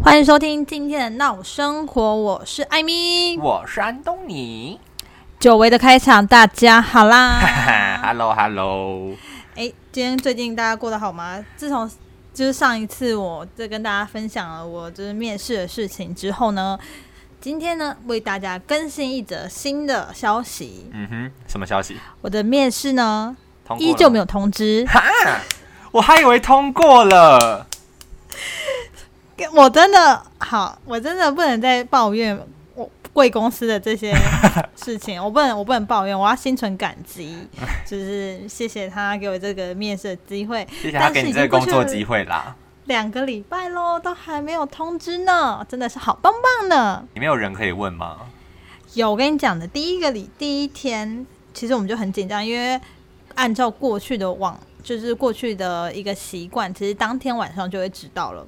欢迎收听今天的闹生活，我是艾米。我是安东尼。久违的开场，大家好啦！哈 哈，Hello Hello，哎，今天最近大家过得好吗？自从就是上一次我这跟大家分享了我就是面试的事情之后呢，今天呢为大家更新一则新的消息，嗯哼，什么消息？我的面试呢通过依旧没有。，有通知哈，我还以为通过了。我真的好，我真的不能再抱怨我贵公司的这些事情，我不能，我不能抱怨，我要心存感激，就是谢谢他给我这个面试的机会。谢谢他给你这个工但作是已机经会啦。两个礼拜喽，都还没有通知呢，真的是好棒棒呢。你没有人可以问吗？有，我跟你讲的，第一个礼第一天，其实我们就很紧张，因为按照过去的往，就是过去的一个习惯，其实当天晚上就会知道了。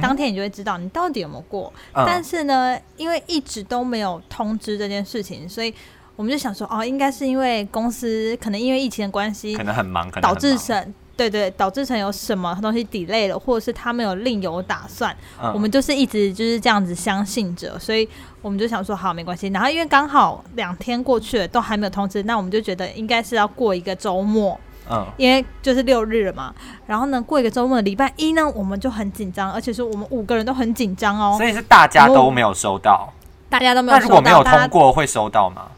当天你就会知道你到底有没有过，嗯但是呢，因为一直都没有通知这件事情，所以我们就想说，哦，应该是因为公司可能因为疫情的关系可，能很忙，可能导很致忙成对对导致成有什么东西 delay 了，或者是他们有另有打算，嗯我们就是一直就是这样子相信着，所以我们就想说好没关系。然后因为刚好两天过去了都还没有通知，那我们就觉得应该是要过一个周末，嗯因为就是六日了嘛。然后呢，过一个周末礼拜一呢，我们就很紧张，而且是我们五个人都很紧张哦，所以是大家都没有收到。大家都没有那收如到。果没有大家通过，会收到吗？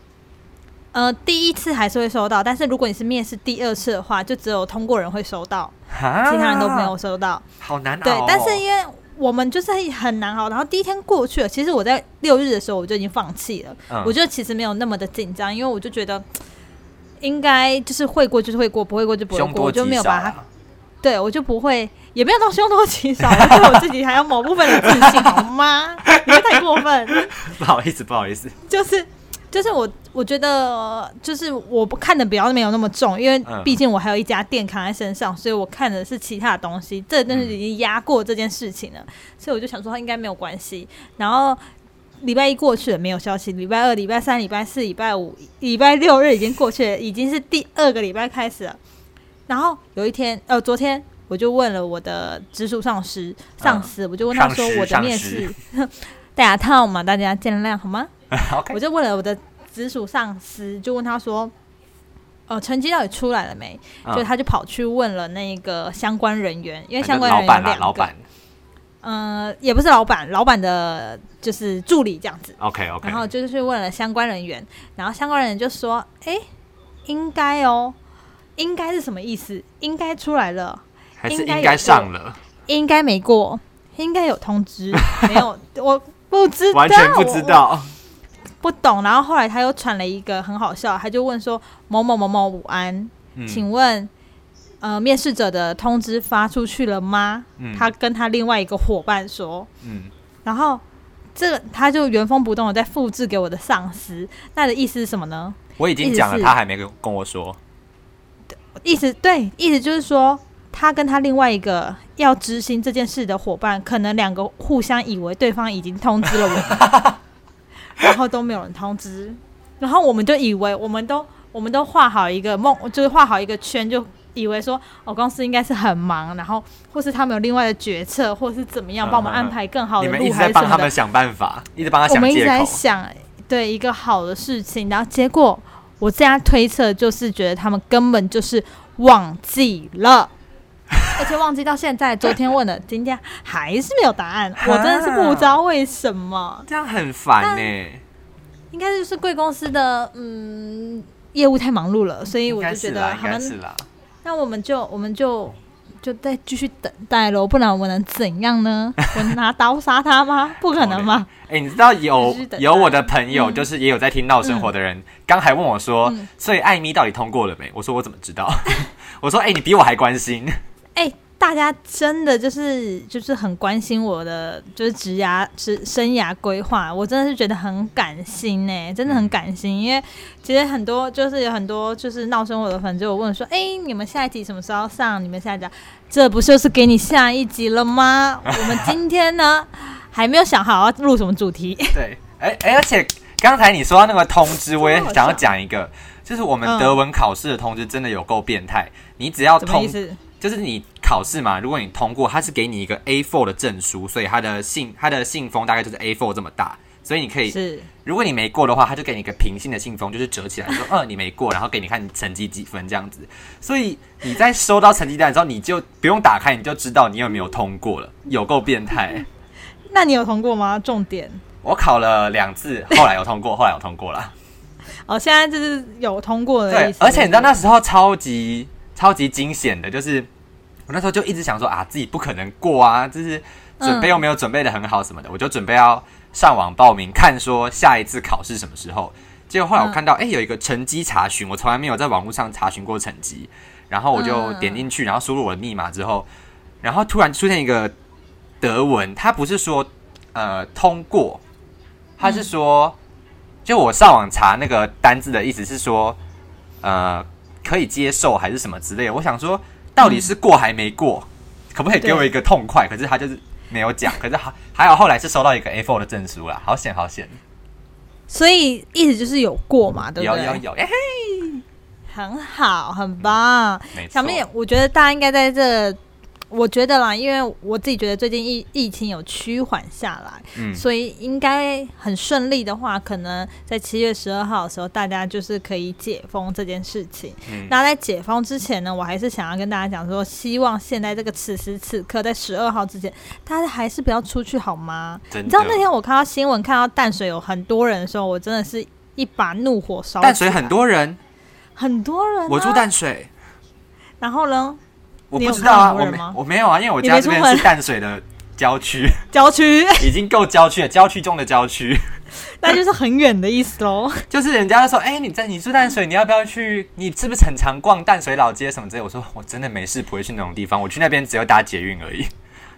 呃，第一次还是会收到，但是如果你是面试第二次的话，就只有通过人会收到，哈，其他人都没有，收到。好啊难熬、哦。对，但是因为我们就是很难熬，然后第一天过去了，其实我在六日的时候我就已经放弃了，嗯我就其实没有那么的紧张，因为我就觉得。应该就是会过就是会过，不会过就不会凶过，多我就吉没有少啊把它啦。对我就不会，也没有到凶多吉少，我对我自己还有某部分的自信，好吗？ 你会太过分， 不好意思，不好意思。 就是就是我我觉得就是我不看的比较没有那么重，因为嗯毕竟我还有一家店扛在身上，所以我看的是其他的东西，这嗯但是已经压过这件事情了，所以我就想说它应该没有关系。然后礼拜一过去了没有消息，礼拜二、礼拜三、礼拜四、礼拜五、礼拜六日已经过去了，已经是第二个礼拜开始了。然后有一天，呃，昨天我就问了我的直属上司，上司，我就问他嗯上说司我的上面司试 打套嘛，大家 见谅好吗？我 OK，就问了我的直属上司，就问他说：“呃，成绩到底出来了没？”嗯就他就跑去问了那个相关人员，因为相关人员老板有啦，两老个板，。呃，也不是老板，老板的就是助理这样子。 OK OK，然后就是去问了相关人员，然后相关人员就说：“诶，应该哦，应该是什么意思？应该出来了，还是应该应有该过上了。应该没过，应该有通知，没有，我不知道， 完全不知我 道。不懂。然后后来他又传了一个很好笑，他就问说某某某某午安，嗯请问呃面试者的通知发出去了吗？嗯他跟他另外一个伙伴说，嗯，然后这个他就原封不动的再复制给我的上司，那的意思是什么呢？我已经讲意思了，是他还没跟跟我说。意思对，意思就是说。他跟他另外一个要执行这件事的伙伴，可能两个互相以为对方已经通知了我们， 然后都没有人通知，然后我们就以为我们都我们都画好一个梦，就是画好一个圈，就以为说哦公司应该是很忙，然后或是他们有另外的决策，或是怎么样嗯帮我们嗯安嗯排更好你的们一路直还是在什帮么他的们。想办法，一直帮他我想们一直借在口。想对一个好的事情，然后结果我这样推测就是觉得他们根本就是忘记 了。而且忘记到现在，昨天问了，今天还是没有答案，啊我真的是不知道为什么。这样很烦呢。应该就是贵公司的嗯业务太忙碌了，所以应我该就是觉得啦，应好该像是啦。那我们就我们就就再继续等待喽，不然我们能怎样呢？我拿刀杀他吗？不可能吧？哎，你知道有继续等待有我的朋嗯友，就是也有在听闹生活的人，刚还问我说，所以艾米到底通过了没？我说我怎么知道？ 我说哎，你比我还关心。哎、大家真的就是就是很关心我的就是职涯职生涯规划，我真的是觉得很感心哎、真的很感心，因为其实很多就是有很多就是闹生活的粉就有问说，哎、你们下一集什么时候上？你们下一集啊这不就是给你下一集了 吗？我们今天呢还没有想好要录什么主 题， 对，哎、哎、而且刚才你说到那个通知，我也好想要笑讲一个，就是我们嗯德文考试的通知真的有够变态。你只要什么通意，思？就是你考试嘛，如果你通过，它是给你一个 A4 的证书，所以它的信它的信封大概就是 A4 这么大，所以你可以，是如果你没过的话，它就给你一个平信的信封，就是折起来说，呃，你没过，然后给你看你成绩几分这样子。所以你在收到成绩单的时候，你就不用打开，你就知道你有没有通过了，有够变态。那你有通过吗？重点我考了两次，后来有通过，后来有通过了。哦，现在就是有通过的对意，思。而且你知道那时候超级超级惊险的，就是我那时候就一直想说啊，自己不可能过啊，就是嗯准备又没有准备的很好什么的，我就准备要上网报名看说下一次考试什么时候。结果后来嗯我看到，哎、有一个成绩查询，我从来没有在网络上查询过成绩，然后我就嗯点进去，然后输入我的密码之后，然后突然出现一个德文，它不是说呃通过，它嗯是说。就我上网查那个单字的意思是说，呃，可以接受还是什么之类的。我想说，到底是过还没过，可不可以给我一个痛快？可是他就是没有讲。可是还还好，后来是收到一个 A4 的证书啦，好险好险！所以意思就是有过嘛，对不有对？有有，哎、嘿，很好，很棒。嗯没错小，妹，我觉得大家应该在这，我觉得啦，因为我自己觉得最近疫疫情有趋缓下来，嗯，所以应该很顺利的话，可能在七月十二号的时候，大家就是可以解封这件事情。嗯那在解封之前呢，我还是想要跟大家讲说，希望现在这个此时此刻，在十二号之前，大家还是不要出去好吗？真的你知道那天我看到新闻，看到淡水有很多人的时候，我真的是一把怒火烧。淡水很，多人，很多人、啊我住。淡水，然后呢，我你不有知道看到啊，很多我人没吗我没有啊，因为我你家没这出边门是淡水的郊区，郊区， 已经够郊区了，郊区中的郊区。那就是很远的意思喽。就是人家就说，哎、你在你住淡水，你要不要去？你是不是很常逛淡水老街什么之类？我说我真的没事不会去那种地方，我去那边只有搭捷运而已。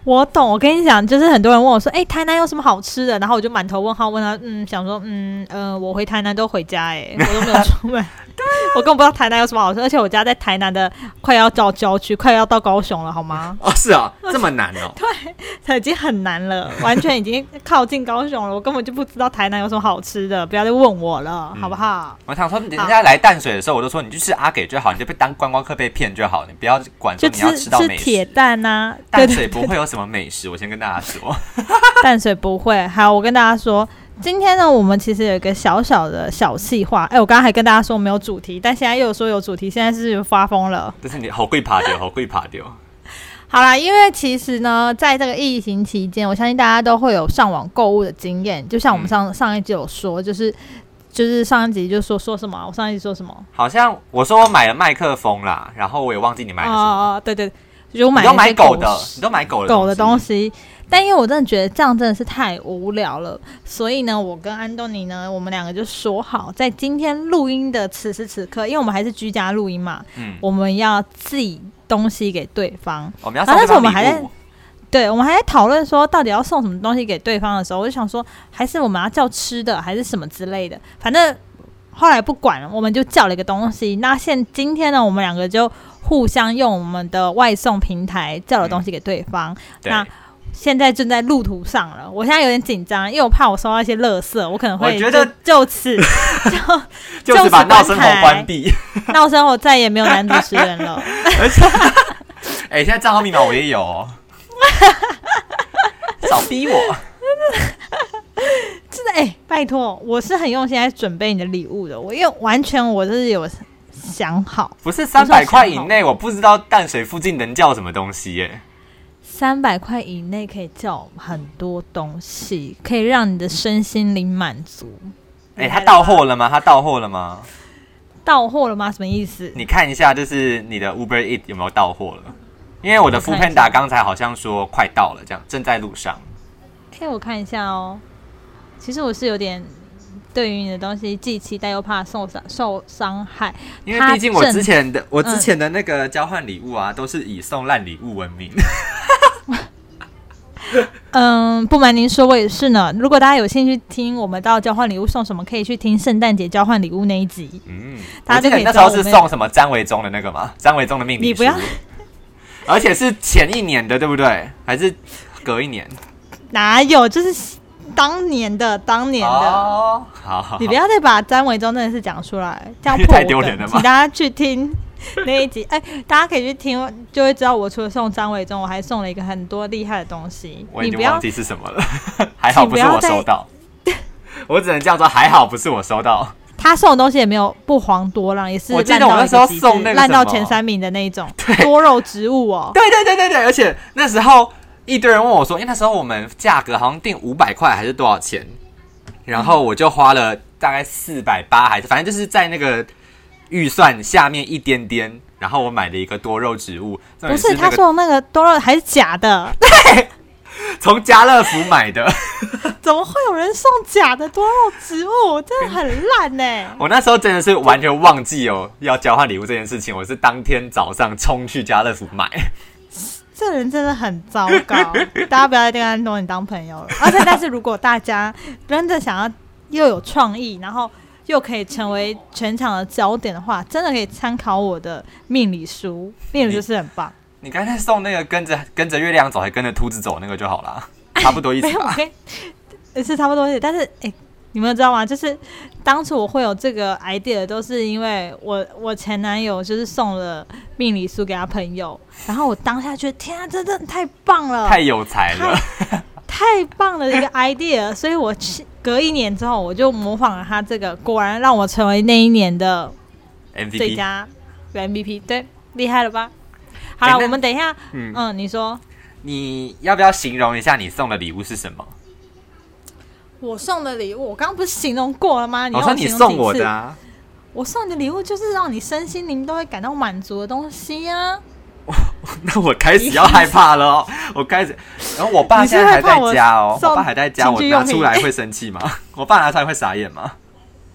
我懂，我跟你讲，就是很多人问我说：“哎、台南有什么好吃的？”然后我就满头问号问他，嗯，想说，嗯呃，我回台南都回家、 欸，哎，我都没有出门，我根本不知道台南有什么好吃，而且我家在台南的 快要到郊区，快要到高雄了，好吗？ 哦，是啊、哦，这么难哦。它 已经很难了，完全已经靠近高雄了，我根本就不知道台南有什么好吃的，不要再问我了，好不好？我想说，人家来淡水的时候，我就说你去吃阿给就好，你就被当观光客被骗就好，你不要管说就你要吃吃到吃美铁食。蛋呐、啊，对淡对水不会有什么美食，我先跟大家 说。 淡水不会。好，我跟大家说，今天呢，我们其实有一个小小的小计划。哎、我刚刚还跟大家说没有主题，但现在又有说有主题，现在是发疯了。但是你好贵爬丢，好贵爬丢。好啦，因为其实呢，在这个疫情期间，我相信大家都会有上网购物的经验。就像我们上、嗯上一集有说，就是就是上一集就说说什么啊，我上一集说什么？好像我说我买了麦克风啦，然后我也忘记你买了什么。哦哦，对对，就是我你买都了一买些狗的，你都买狗的狗的东西。西。但因为我真的觉得这样真的是太无聊了，所以呢，我跟安东尼呢，我们两个就说好，在今天录音的此时此刻，因为我们还是居家录音嘛，嗯，我们要寄东西给对方。我们要啊送但对是我方们还在礼物。对，我们还在讨论说到底要送什么东西给对方的时候，我就想说，还是我们要叫吃的，还是什么之类的。反正后来不管了，我们就叫了一个东西。那现今天呢，我们两个就互相用我们的外送平台叫了东西给对方。对，那现在正在路途上了，我现在有点紧张，因为我怕我收到一些垃圾，我可能会我就觉得就 此就就是是把关闹声头台关 闭。那我生活再也没有男主持人了。哎、现在账号密码我也有、 哦，少逼我。真的哎、拜托，我是很用心在准备你的礼物的，我因为完全我就是有想好不是三百块以哦内，我不知道淡水附近能叫什么东西耶。三百块以内可以叫很多东西，可以让你的身心灵满足。哎、他到货了吗？他到货了吗？到货了吗？什么意思？你看一下，就是你的 Uber Eat 有没有到货了？因为我的我看一 f o 下 o Panda 刚才好像说快到了，这样正在路上。哎，我看一下哦。其实我是有点对于你的东西既期待又怕受伤受伤害，因为他毕竟我正嗯之前的我之前的那个交换礼物啊，都是以送烂礼物闻名。嗯，不瞒您说，我也是呢。如果大家有兴趣听我们到交换礼物送什么，可以去听圣诞节交换礼物那一集。嗯，大家我记就得可你以那知时道候我是们送什么张维忠的那个吗？张维忠的命理你不书 要，而且是前一年的，对不对？还是隔一年？哪有？就是当年的，当年的。哦，好好好你不要再把詹维忠那件事讲出来，这样 因为破太我丢梗脸了吧请大家去听那一集， 哎、大家可以去听，就会知道我除了送张伟忠，我还送了一个很多厉害的东西。我已你经不要忘记是什么了， 还好请不不是要我再收到， 我只能这样说，还好不是我收到。他送的东西也没有不遑多让，也是我记得烂到我那一时候极致送那个烂什到么前三名的那一种 对多肉植物哦。对对对对对，而且那时候一堆人问我说，因为那时候我们价格好像定五百块还是多少钱，然后我就花了大概四百八，还是反正就是在那个预算下面一点点，然后我买了一个多肉植物，不重点是那他个送的那个多肉还是假的， 从家乐福买的， 怎么会有人送假的多肉植物？真的很烂呢、我那时候真的是完全忘记哦要交换礼物这件事情，我是当天早上冲去家乐福买。 这人真的很糟糕， 大家不要再跟安东尼当朋友了。而且，但是如果大家真的想要又有创意，然后又可以成为全场的焦点的话，真的可以参考我的命理书，命理书是很棒。你刚才送那个跟着跟着月亮走还跟着兔子走那个就好啦，差不多意没思有，我吧。跟也是差不多意思。但是，哎、你们知道吗？就是当初我会有这个 idea，都是因为我我前男友就是送了命理书给他朋友，然后我当下觉得天啊，这真的太棒了，太有才了，太棒了 一个 idea，所以我去隔一年之后，我就模仿了他这个，果然让我成为那一年的最 MVP。佳 MVP，对，厉害了吧？好了，那我们等一下，嗯嗯，你说你要不要形容一下你送的礼物是什么？我送的礼物，我刚刚不是形容过了吗？你我要说我你形容送几我次的啊，我送你的礼物就是让你身心灵都会感到满足的东西呀、 那我开始要害怕了 哦，我开始，然后我爸你是现在还害怕在我家哦，我送爸还在家，情我趣拿用品出来会生气吗？ 我爸拿出来会傻眼吗？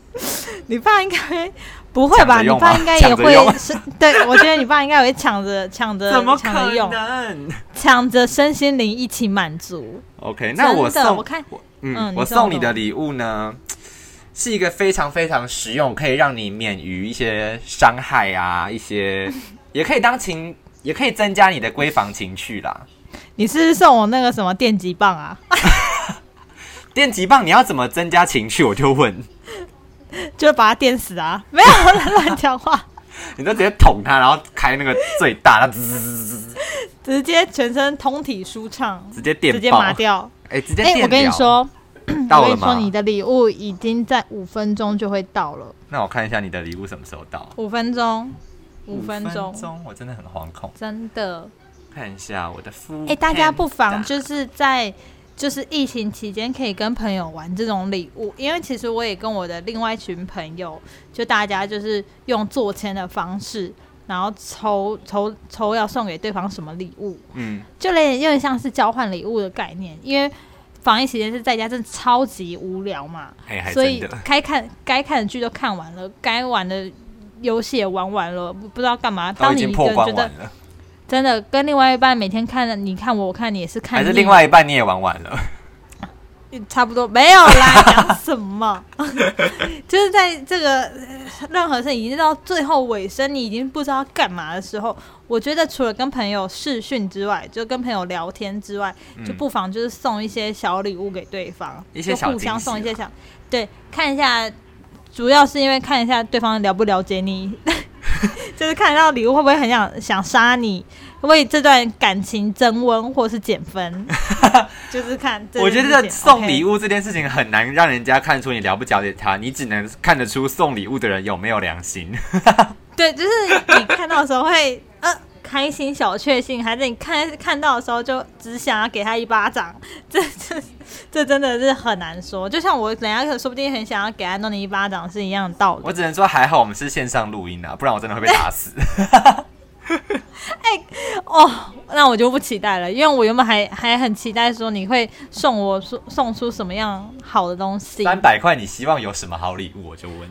你爸应该不会吧？抢着你用吗爸应该也抢着用会是，对我觉得你爸应该也会抢着抢着怎么抢可着呃用，能抢着身心灵一起满足。 ？OK，那我真的送我看嗯嗯，你我送送你什的么礼物呢，是一个非常非常实用，可以让你免于一些伤害啊，一些 也可以当情，也可以增加你的闺房情趣啦。你是不是送我那个什么电击棒啊？ 电击棒你要怎么增加情趣？我就问，就是把它电死啊？没有，我在乱讲话， 你就直接捅它，然后开那个最大，它滋直接全身通体舒畅，直接电直接爆，麻掉。哎、直接哎、电、我跟你，说，我到跟了你说，吗？你的礼物已经在五分钟就会到了，那我看一下你的礼物什么时候到？五分钟，五分钟，我真的很惶恐。真的。看一下我的肤，哎、大家不妨就是在就是疫情期间可以跟朋友玩这种礼物，因为其实我也跟我的另外一群朋友，就大家就是用做签的方式，然后抽抽抽要送给对方什么礼物，嗯，就有点有点像是交换礼物的概念，因为。防疫期间是在家，真的超级无聊嘛，哎、还所以真的，该看该看的剧都看完了，该玩的游戏也玩完了，不不知道干嘛。都当已你经一个破人关觉完得了，真的跟另外一半每天看你看我，我看你也是看还腻了，是另外一半你也玩完了。差不多没有啦，讲什么？ 就是在这个呃任何事情已经到最后尾声，你已经不知道干嘛的时候，我觉得除了跟朋友视讯之外，就跟朋友聊天之外，就不妨就是送一些小礼物给对方，嗯一些就小互惊相喜送一啊些小，对，看一下，主要是因为看一下对方了不了解你，就是看到礼物会不会很想想杀你，为这段感情增温或是减 分，就是看这件事情。我觉得送礼物物这件事情很难让人家看出你了不了解他，你只能看得出送礼物的人有没有良心。 对，就是你看到的时候会呃开心小确幸，还是你看看到的时候就只想要给他一巴掌，这这这真的是很难说。就像我等一下可说不定很想要给安东尼一巴掌是一样的道理我。只能说还好我们是线上录音啊，不然我真的会被打死。哦，那我就不期待了，因为我原本还还很期待说你会送我送送出什么样好的东西。三百块，你希望有什么好礼物？我就问，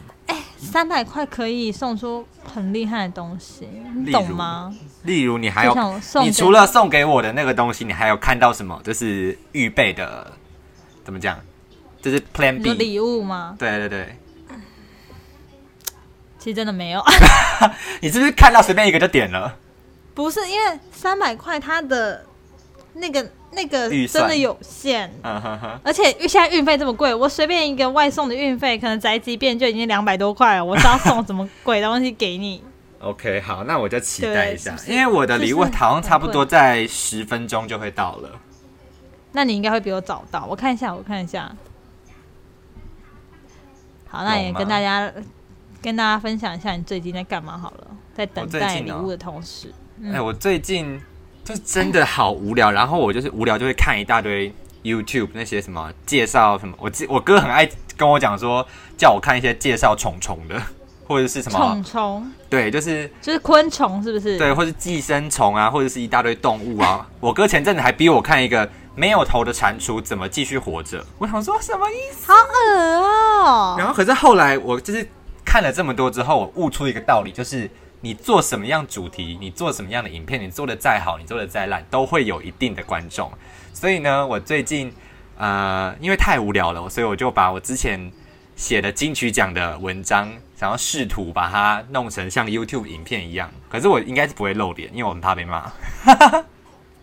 三百块可以送出很厉害的东西，你例懂如吗？例如你还就像有我，送你给除了送给我的那个东西，你还有看到什么？就是预备的，怎么讲？就是 Plan 你说 B。礼物吗？对对对，其实真的没有。 你是不是看到随便一个就点了？ 不是因为三百块它的那个那个预算真的有限，嗯哼哼，而且现在运费这么贵，我随便一个外送的运费可能宅急便就已经两百多块了，我是要送什么鬼东西给你？ OK，好，那我就期对待一下，是不是因为我的就礼物是好像很差不贵多在十分钟就会到了。那你应该会比我早到。我看一下，我看一下。好，那有也吗跟大家跟大家分享一下你最近在干嘛好了，在等我最待近礼哦物的同时，嗯哎、我最近就是真的好无聊，然后我就是无聊就会看一大堆 YouTube 那些什么介绍什么，我记我哥很爱跟我讲说，叫我看一些介绍虫虫的，或者是什么虫虫对，就是就是昆虫，是不是？对，或是寄生虫啊，或者是一大堆动物啊。我哥前阵子还逼我看一个没有头的蟾蜍怎么继续活着，我想说什么意思？好恶哦、然后可是后来我就是看了这么多之后，我悟出一个道理，就是你做什么样主题，你做什么样的影片，你做的再好，你做的再烂，都会有一定的观众。所以呢，我最近呃，因为太无聊了，所以我就把我之前写的金曲奖的文章，想要试图把它弄成像 YouTube 影片一样。可是我应该是不会露脸，因为我很怕被骂。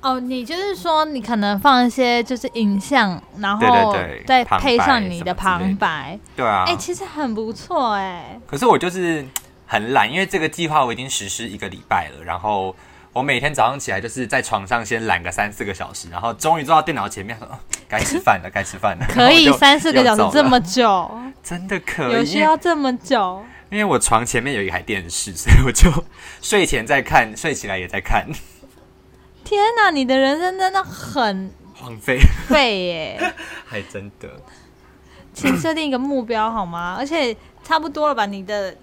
哦，你就是说你可能放一些就是影像，然对对后对再旁配白上你的什么之类旁的白，对啊，哎、其实很不错哎、可是我就是很懒，因为这个计划我已经实施一个礼拜了，然后我每天早上起来就是在床上先懒个三四个小时，然后终于坐到电脑前面，说 哦该吃饭 了，该吃饭了。可以然后我就三四个小又时走这了么久，真的可有以，需因为要这么久？因为我床前面有一台电视，所以我就睡前在看，睡起来也在看， 天哪，你的人生真的很荒废，废耶、 还真的。请设定一个目标好吗？而且差不多了吧，你的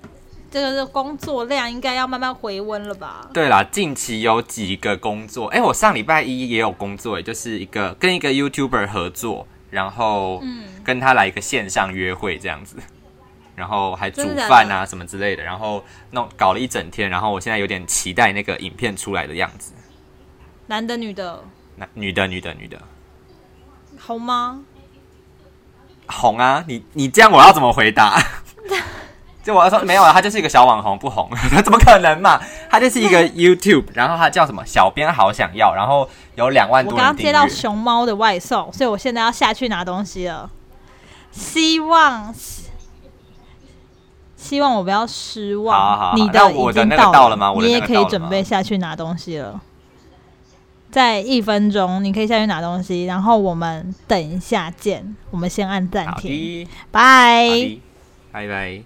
这个工作量应该要慢慢回温了吧？对啦，近期有几个工作，哎、我上礼拜一也有工作，也就是一个跟一个 YouTuber 合作，然后嗯跟他来一个线上约会这样子， 然后还煮真的假的饭啊什么之类的，然后弄搞了一整天，然后我现在有点期待那个影片出来的样子。男的女的那女的，女的，女的，好吗？红啊！你你这样我要怎么回答？ 就我要说没有啊，他就是一个小网红，不红， 怎么可能嘛？他就是一个 YouTube，然后他叫什么？小编好想要，然后有两万我多刚人刚订阅接。到熊猫的外送，所以我现在要下去拿东西了。希望希望我不要失望。好好好你那的我已的经那个到了吗我的你也那个可到以了准吗备下去拿东西了。在一分钟，你可以下去拿东西，然后我们等一下见。我们先按暂好停，的，拜。好的，拜拜。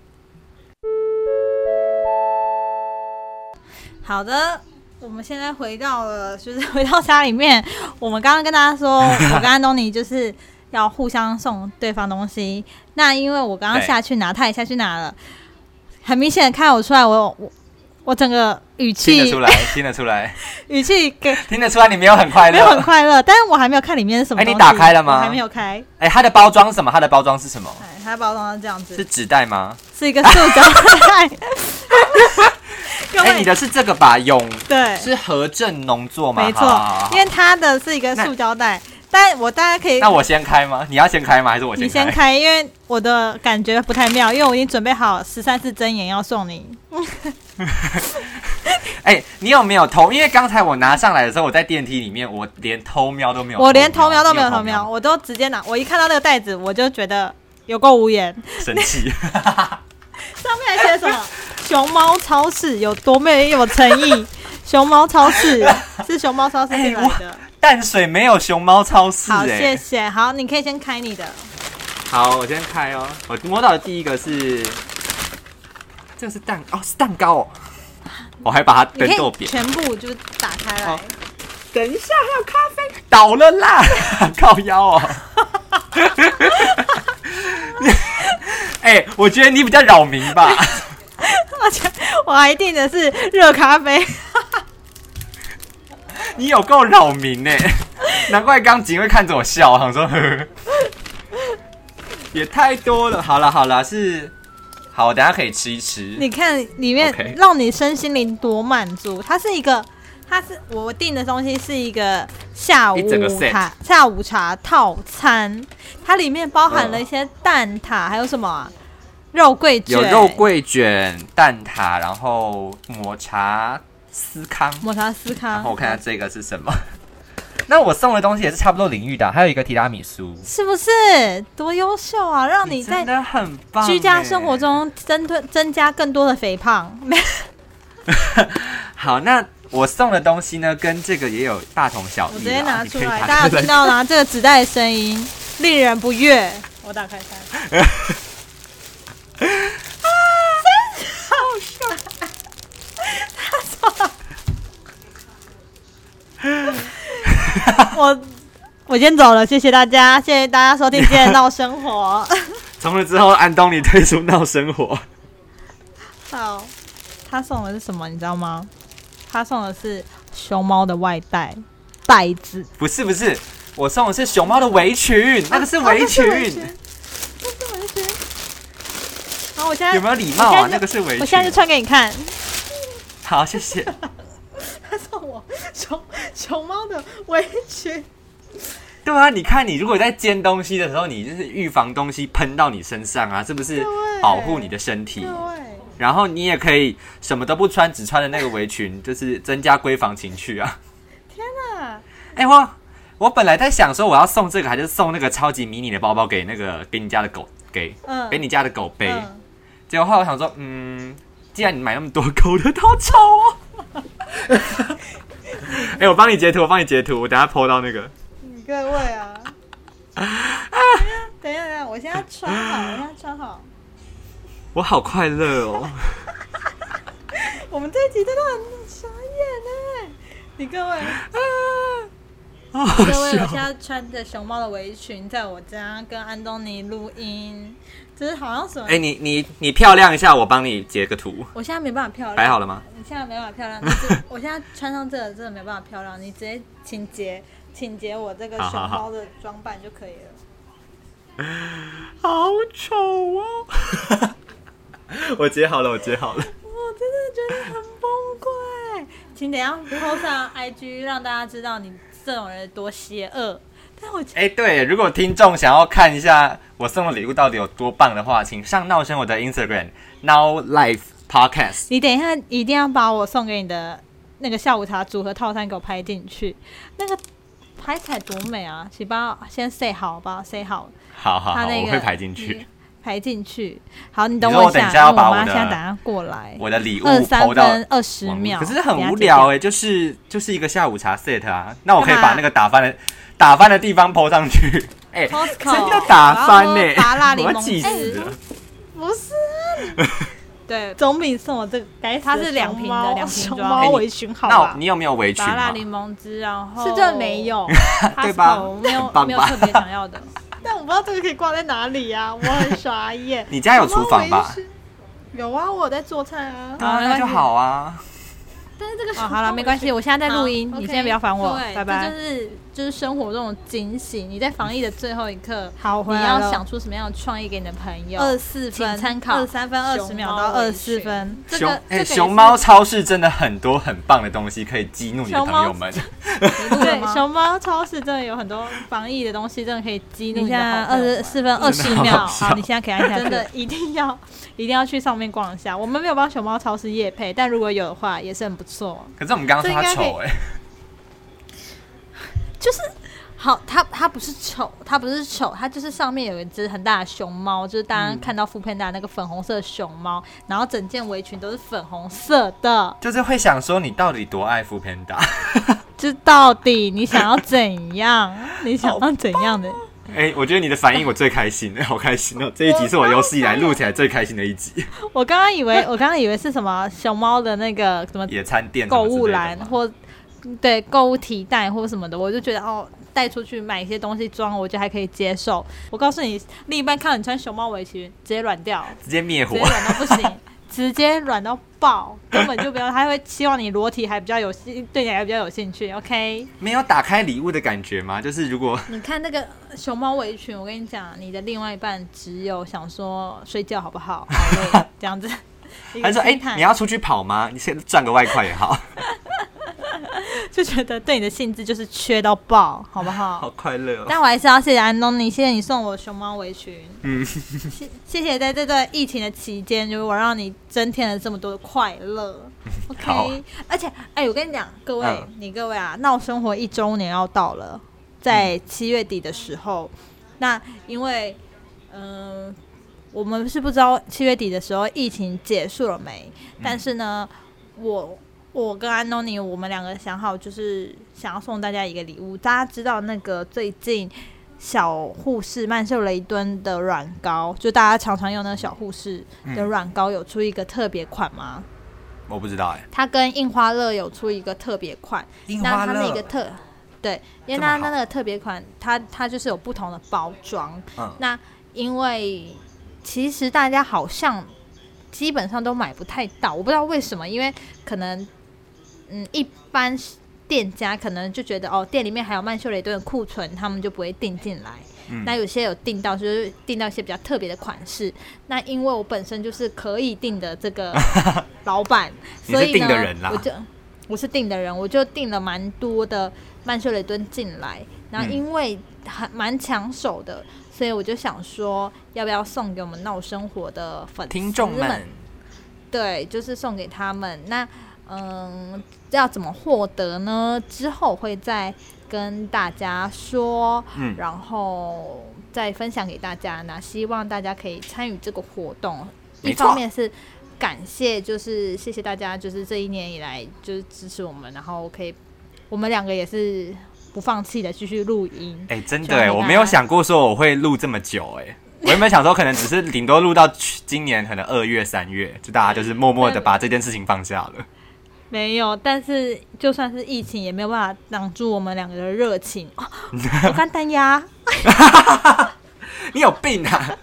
好的，我们现在回到了，就是 回到家里面。我们刚刚跟大家 说，我跟安东尼就是要互相送对方东西。那因为我刚刚对下去拿，他也下去拿了，很明显地看得出来我有，我我整个语听得气出来，听得出来， 语气给听得出来，你没有很快没有很乐。快 乐，但是我还没有看里面是什么哎东你西。打开了吗我还没有开。哎、它的包装是什么？它的包装是什么？哎，它包装是这样是子，纸袋吗？是一个塑胶 袋。各 哎、位，你的是这个吧？永对，是和正农作吗？没好错好好，因为它的是一个那塑胶袋，但我大家可以那我先开吗？你要先开吗？还是我你先先开，因为我的感觉不太妙，因为我已经准备好十三字真言要送你。哎、你有没有偷？因为刚才我拿上来的时候，我在电梯里面，我连偷瞄都没有，我连偷瞄都没你有有偷瞄瞄，，我都直接拿。我一看到那个袋子，我就觉得有够无言。生气。 上面还写什么？熊猫超市有多没有诚意？熊猫超市是熊猫超市哎进来的。淡水没有熊猫超市、好，哎，谢谢。好，你可以先开你的。好，我先开哦。我摸到的第一个是，这个是蛋哦，是蛋糕哦。我还把它你灯可豆以扁。全部就是打开来好。等一下，还有咖啡。倒了啦， 靠腰哦。 哎、我觉得你比较扰民吧。 而且 我还订的是热咖啡。你有够扰民呢、难怪刚警卫看着我笑，我想说呵呵，也太多了。好了好了，是好，我等一下可以吃一吃。你看里面 OK 让你身心灵多满足，它是一个，它是我订的东西是一个下午一整个 set 茶下午茶套餐，它里面包含了嗯一些蛋挞，还有什么啊、肉桂卷，有肉桂卷、蛋挞，然后抹茶司康。抹茶司然康后，我看下这个是什么。 那我送的东西也是差不多领域的啊，还有一个提拉米苏。是不是多优秀啊？让你在真的很棒欸，居家生活中增多增加更多的肥胖，没好，那我送的东西呢，跟这个也有大同小异我啦。直接拿出你可以来，打大家开有听到吗？这个纸袋的声音令人不悦。啊我打开它， 我我先走了，谢谢大家，谢谢大家收听今天的闹生活。从了之后，安东尼退出闹生活。好，他送的是什么，你知道吗？他送的是熊猫的外带袋子，不是不是，我送的是熊猫的围裙，那个是围裙，啊那是围裙这是围裙。好，我现在有没有礼貌啊我现在？就那个是围裙。我现在就穿给你看。好，谢谢。他送我熊熊猫的围裙，对啊，你看你如果在煎东西的时候，你就是预防东西喷到你身上啊，是不是对保护你的身体？对，然后你也可以什么都不穿，只穿的那个围裙， 就是增加闺房情趣啊。天哪！哎、我我本来在想说我要送这个，还是送那个超级迷你的包包给那个给你家的狗给嗯，给你家的狗背。嗯结果后来我想说，嗯，既然你买那么多，狗的都丑哦。 哎、我帮你截图，我帮你截图，我等下 PO 到那个。你各位啊！ 等一下，等一下，我现在穿好， 我现在穿好。我好快乐哦！我们这一集真的很傻眼哎！你各 位，好好各位，我笑现。在穿着熊猫的围裙，在我家跟安东尼录音，就是好像什么？哎、你你你漂亮一下，我帮你截个图，我现在没办法漂摆亮，好了吗？你现在没办法漂亮，但 是我现在穿上这个真的没办法漂亮，你直接请截请截我这个好熊好好猫的装扮就可以了。好丑哦！ 我截好了，我截好了。我真的觉得很崩溃，请等一下 PO 上 IG 让大家知道你这种人多邪恶。但我觉哎、对，如果听众想要看一下我送的礼物到底有多棒的话，请上闹声我的 Instagram Now Life Podcast。你等一下一定要把我送给你的那个下午茶组合套餐给我拍进去，那个拍起来多美啊！请帮我先 say 好吧，say 好，好好他好，那我个会排进去。嗯排进去。好，你等你说一我等一下，下要因为把我我妈的现在打算过来。我的礼物二三抛到分二十网络秒，可是很等一下无剪掉聊哎、就是就是一个下午茶 set 啊。那我可以干嘛把那个打翻的打翻的地方抛上去。哎、 Costco， 真的打翻呢、然后拔辣柠我檬要气死汁了。不是啊，你对，总比送我这个，该它是两瓶的两瓶熊装，猫哎你围裙好那我哦吧？你有没有围裙麻辣啊？柠檬汁，然后是真的没，有， 对吧 Costco，没有很棒吧。没有特别想要的， 但我不知道这个可以挂在哪里啊，我很傻眼你家有厨房吧？有啊，我有在做菜啊。好啊，没那关就系好啊。但是这个哦， 好了，没关系，我现在在录音，好你 OK，现在不要烦我，对拜拜。这就是就是生活这种惊喜，你在防疫的最后一刻，好，我你回来要了想出什么样的创意给你的朋友。二四请分参考二三分二十秒到熊猫二围四裙分，这熊个哎、这个也是熊猫超市真的很多很棒的东西可以激怒你的熊猫朋友们。对，熊猫超市真的有很多防疫的东西，真的可以激怒你现在二十四分二十真的秒，好笑好，你现在可以按下去，真的一定要 一定要去上面逛一下。我们没有帮熊猫超市夜配，但如果有的话也是很不错。 可是我们刚刚说它这应该可以丑哎、就是好，它它不是丑，它不是丑，它就是上面有一只很大的熊猫，就是大嗯家看到副片大那个粉红色的熊猫，然后整件围裙都是粉红色的。就是会想说你到底多爱富偏 达？这到底你想要怎 样？你想要怎样的？哎、我觉得你的反应我最开心， 好开心哦！这一集是我有史以来录起来最开心的一集。我刚刚以为我刚刚以为是什么熊猫的那个什么野餐店什购么之类的物篮嘛或对购物提袋或什么的，我就觉得哦，带出去买一些东西装，我觉得还可以接受。我告诉你，另一半看到你穿熊猫围裙，直接软掉，直接灭直火接。软到不 行，直接软到爆，根本就不要。他会希望你裸体还比较有兴，对你还比较有兴趣。OK，没有打开礼物的感觉吗？就是如果你看那个熊猫围裙，我跟你讲，你的另外一半只有想说睡觉好不 好，好累这样子。一个他说：“哎、心态你要出去跑吗？你先赚个外快也好，就觉得对你的兴致就是缺到爆，好不好？ 好快乐哦。但我还是要谢谢安东尼，谢谢你送我熊猫围裙，嗯，谢谢谢在这段疫情的期间，就是我让你增添了这么多的快 乐。好 OK，而且哎、我跟你讲，各位、嗯你各位啊，闹生活一周年要到了，在七月底的时候，那因为嗯、我们是不知道七月底的时候疫情结束了没，但是呢，我我跟安东尼，我们两个想好就是想要送大家一个礼物。大家知道那个最近小护士曼秀雷敦的软膏，就大家常常用那个小护士的软膏，有出一个特别款吗？我不知道哎、它跟印花乐有出一个特别款，樱那花它那个乐，特，对，因为这么它好那个特别款，它它就是有不同的包装。嗯，那因为其实大家好像基本上都买不太到，我不知道为什么，因为可能嗯，一般店家可能就觉得哦，店里面还有曼秀雷敦的库存，他们就不会订进来。嗯那有些有订到，就是订到一些比较特别的款式。那因为我本身就是可以订的这 个老板，你是所以订呢，的人啦我就我是订的人，我就订了蛮多的曼秀雷敦进来。然后嗯因为还蛮抢手的，所以我就想说，要不要送给我们闹生活的粉丝听众们们，对，就是送给他们。那嗯，要怎么获得呢？之后会再跟大家说，嗯然后再分享给大家。那希望大家可以参与这个活动。没一方错面是感谢，就是谢谢大家，就是这一年以来就是支持我们，然后可以我们两个也是不放弃的继续录音。哎、真希的望哎、大家我没有想过说我会录这么 久哎、我原本想说可能只是顶多录到去今年可能二月三月，就大家就是默默的把这件事情放下 了。没有，但是就算是疫情，也没有办法挡住我们两个的热情。哦、我看丹丫，你有 病啊！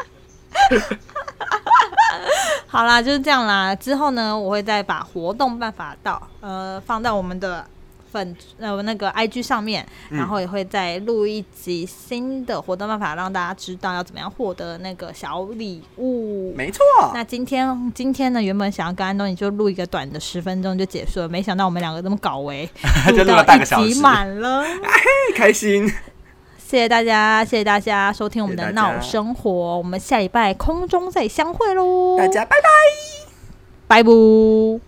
好啦，就是这样啦。之后呢，我会再把活动办法到呃放到我们的粉呃那个 IG 上面，嗯然后也会再录一集新的活动办法，让大家知道要怎么样获得那个小礼物。没错，，那今天今天呢，原本想要跟安东尼就录一个短的十分钟就结束了，没想到我们两个这么搞为 就录了到半一个小时集满 了。太哎开心，谢谢大家，谢谢大家收听我们谢的谢大家闹生活，我们下礼拜空中再相会喽，拜拜。拜拜。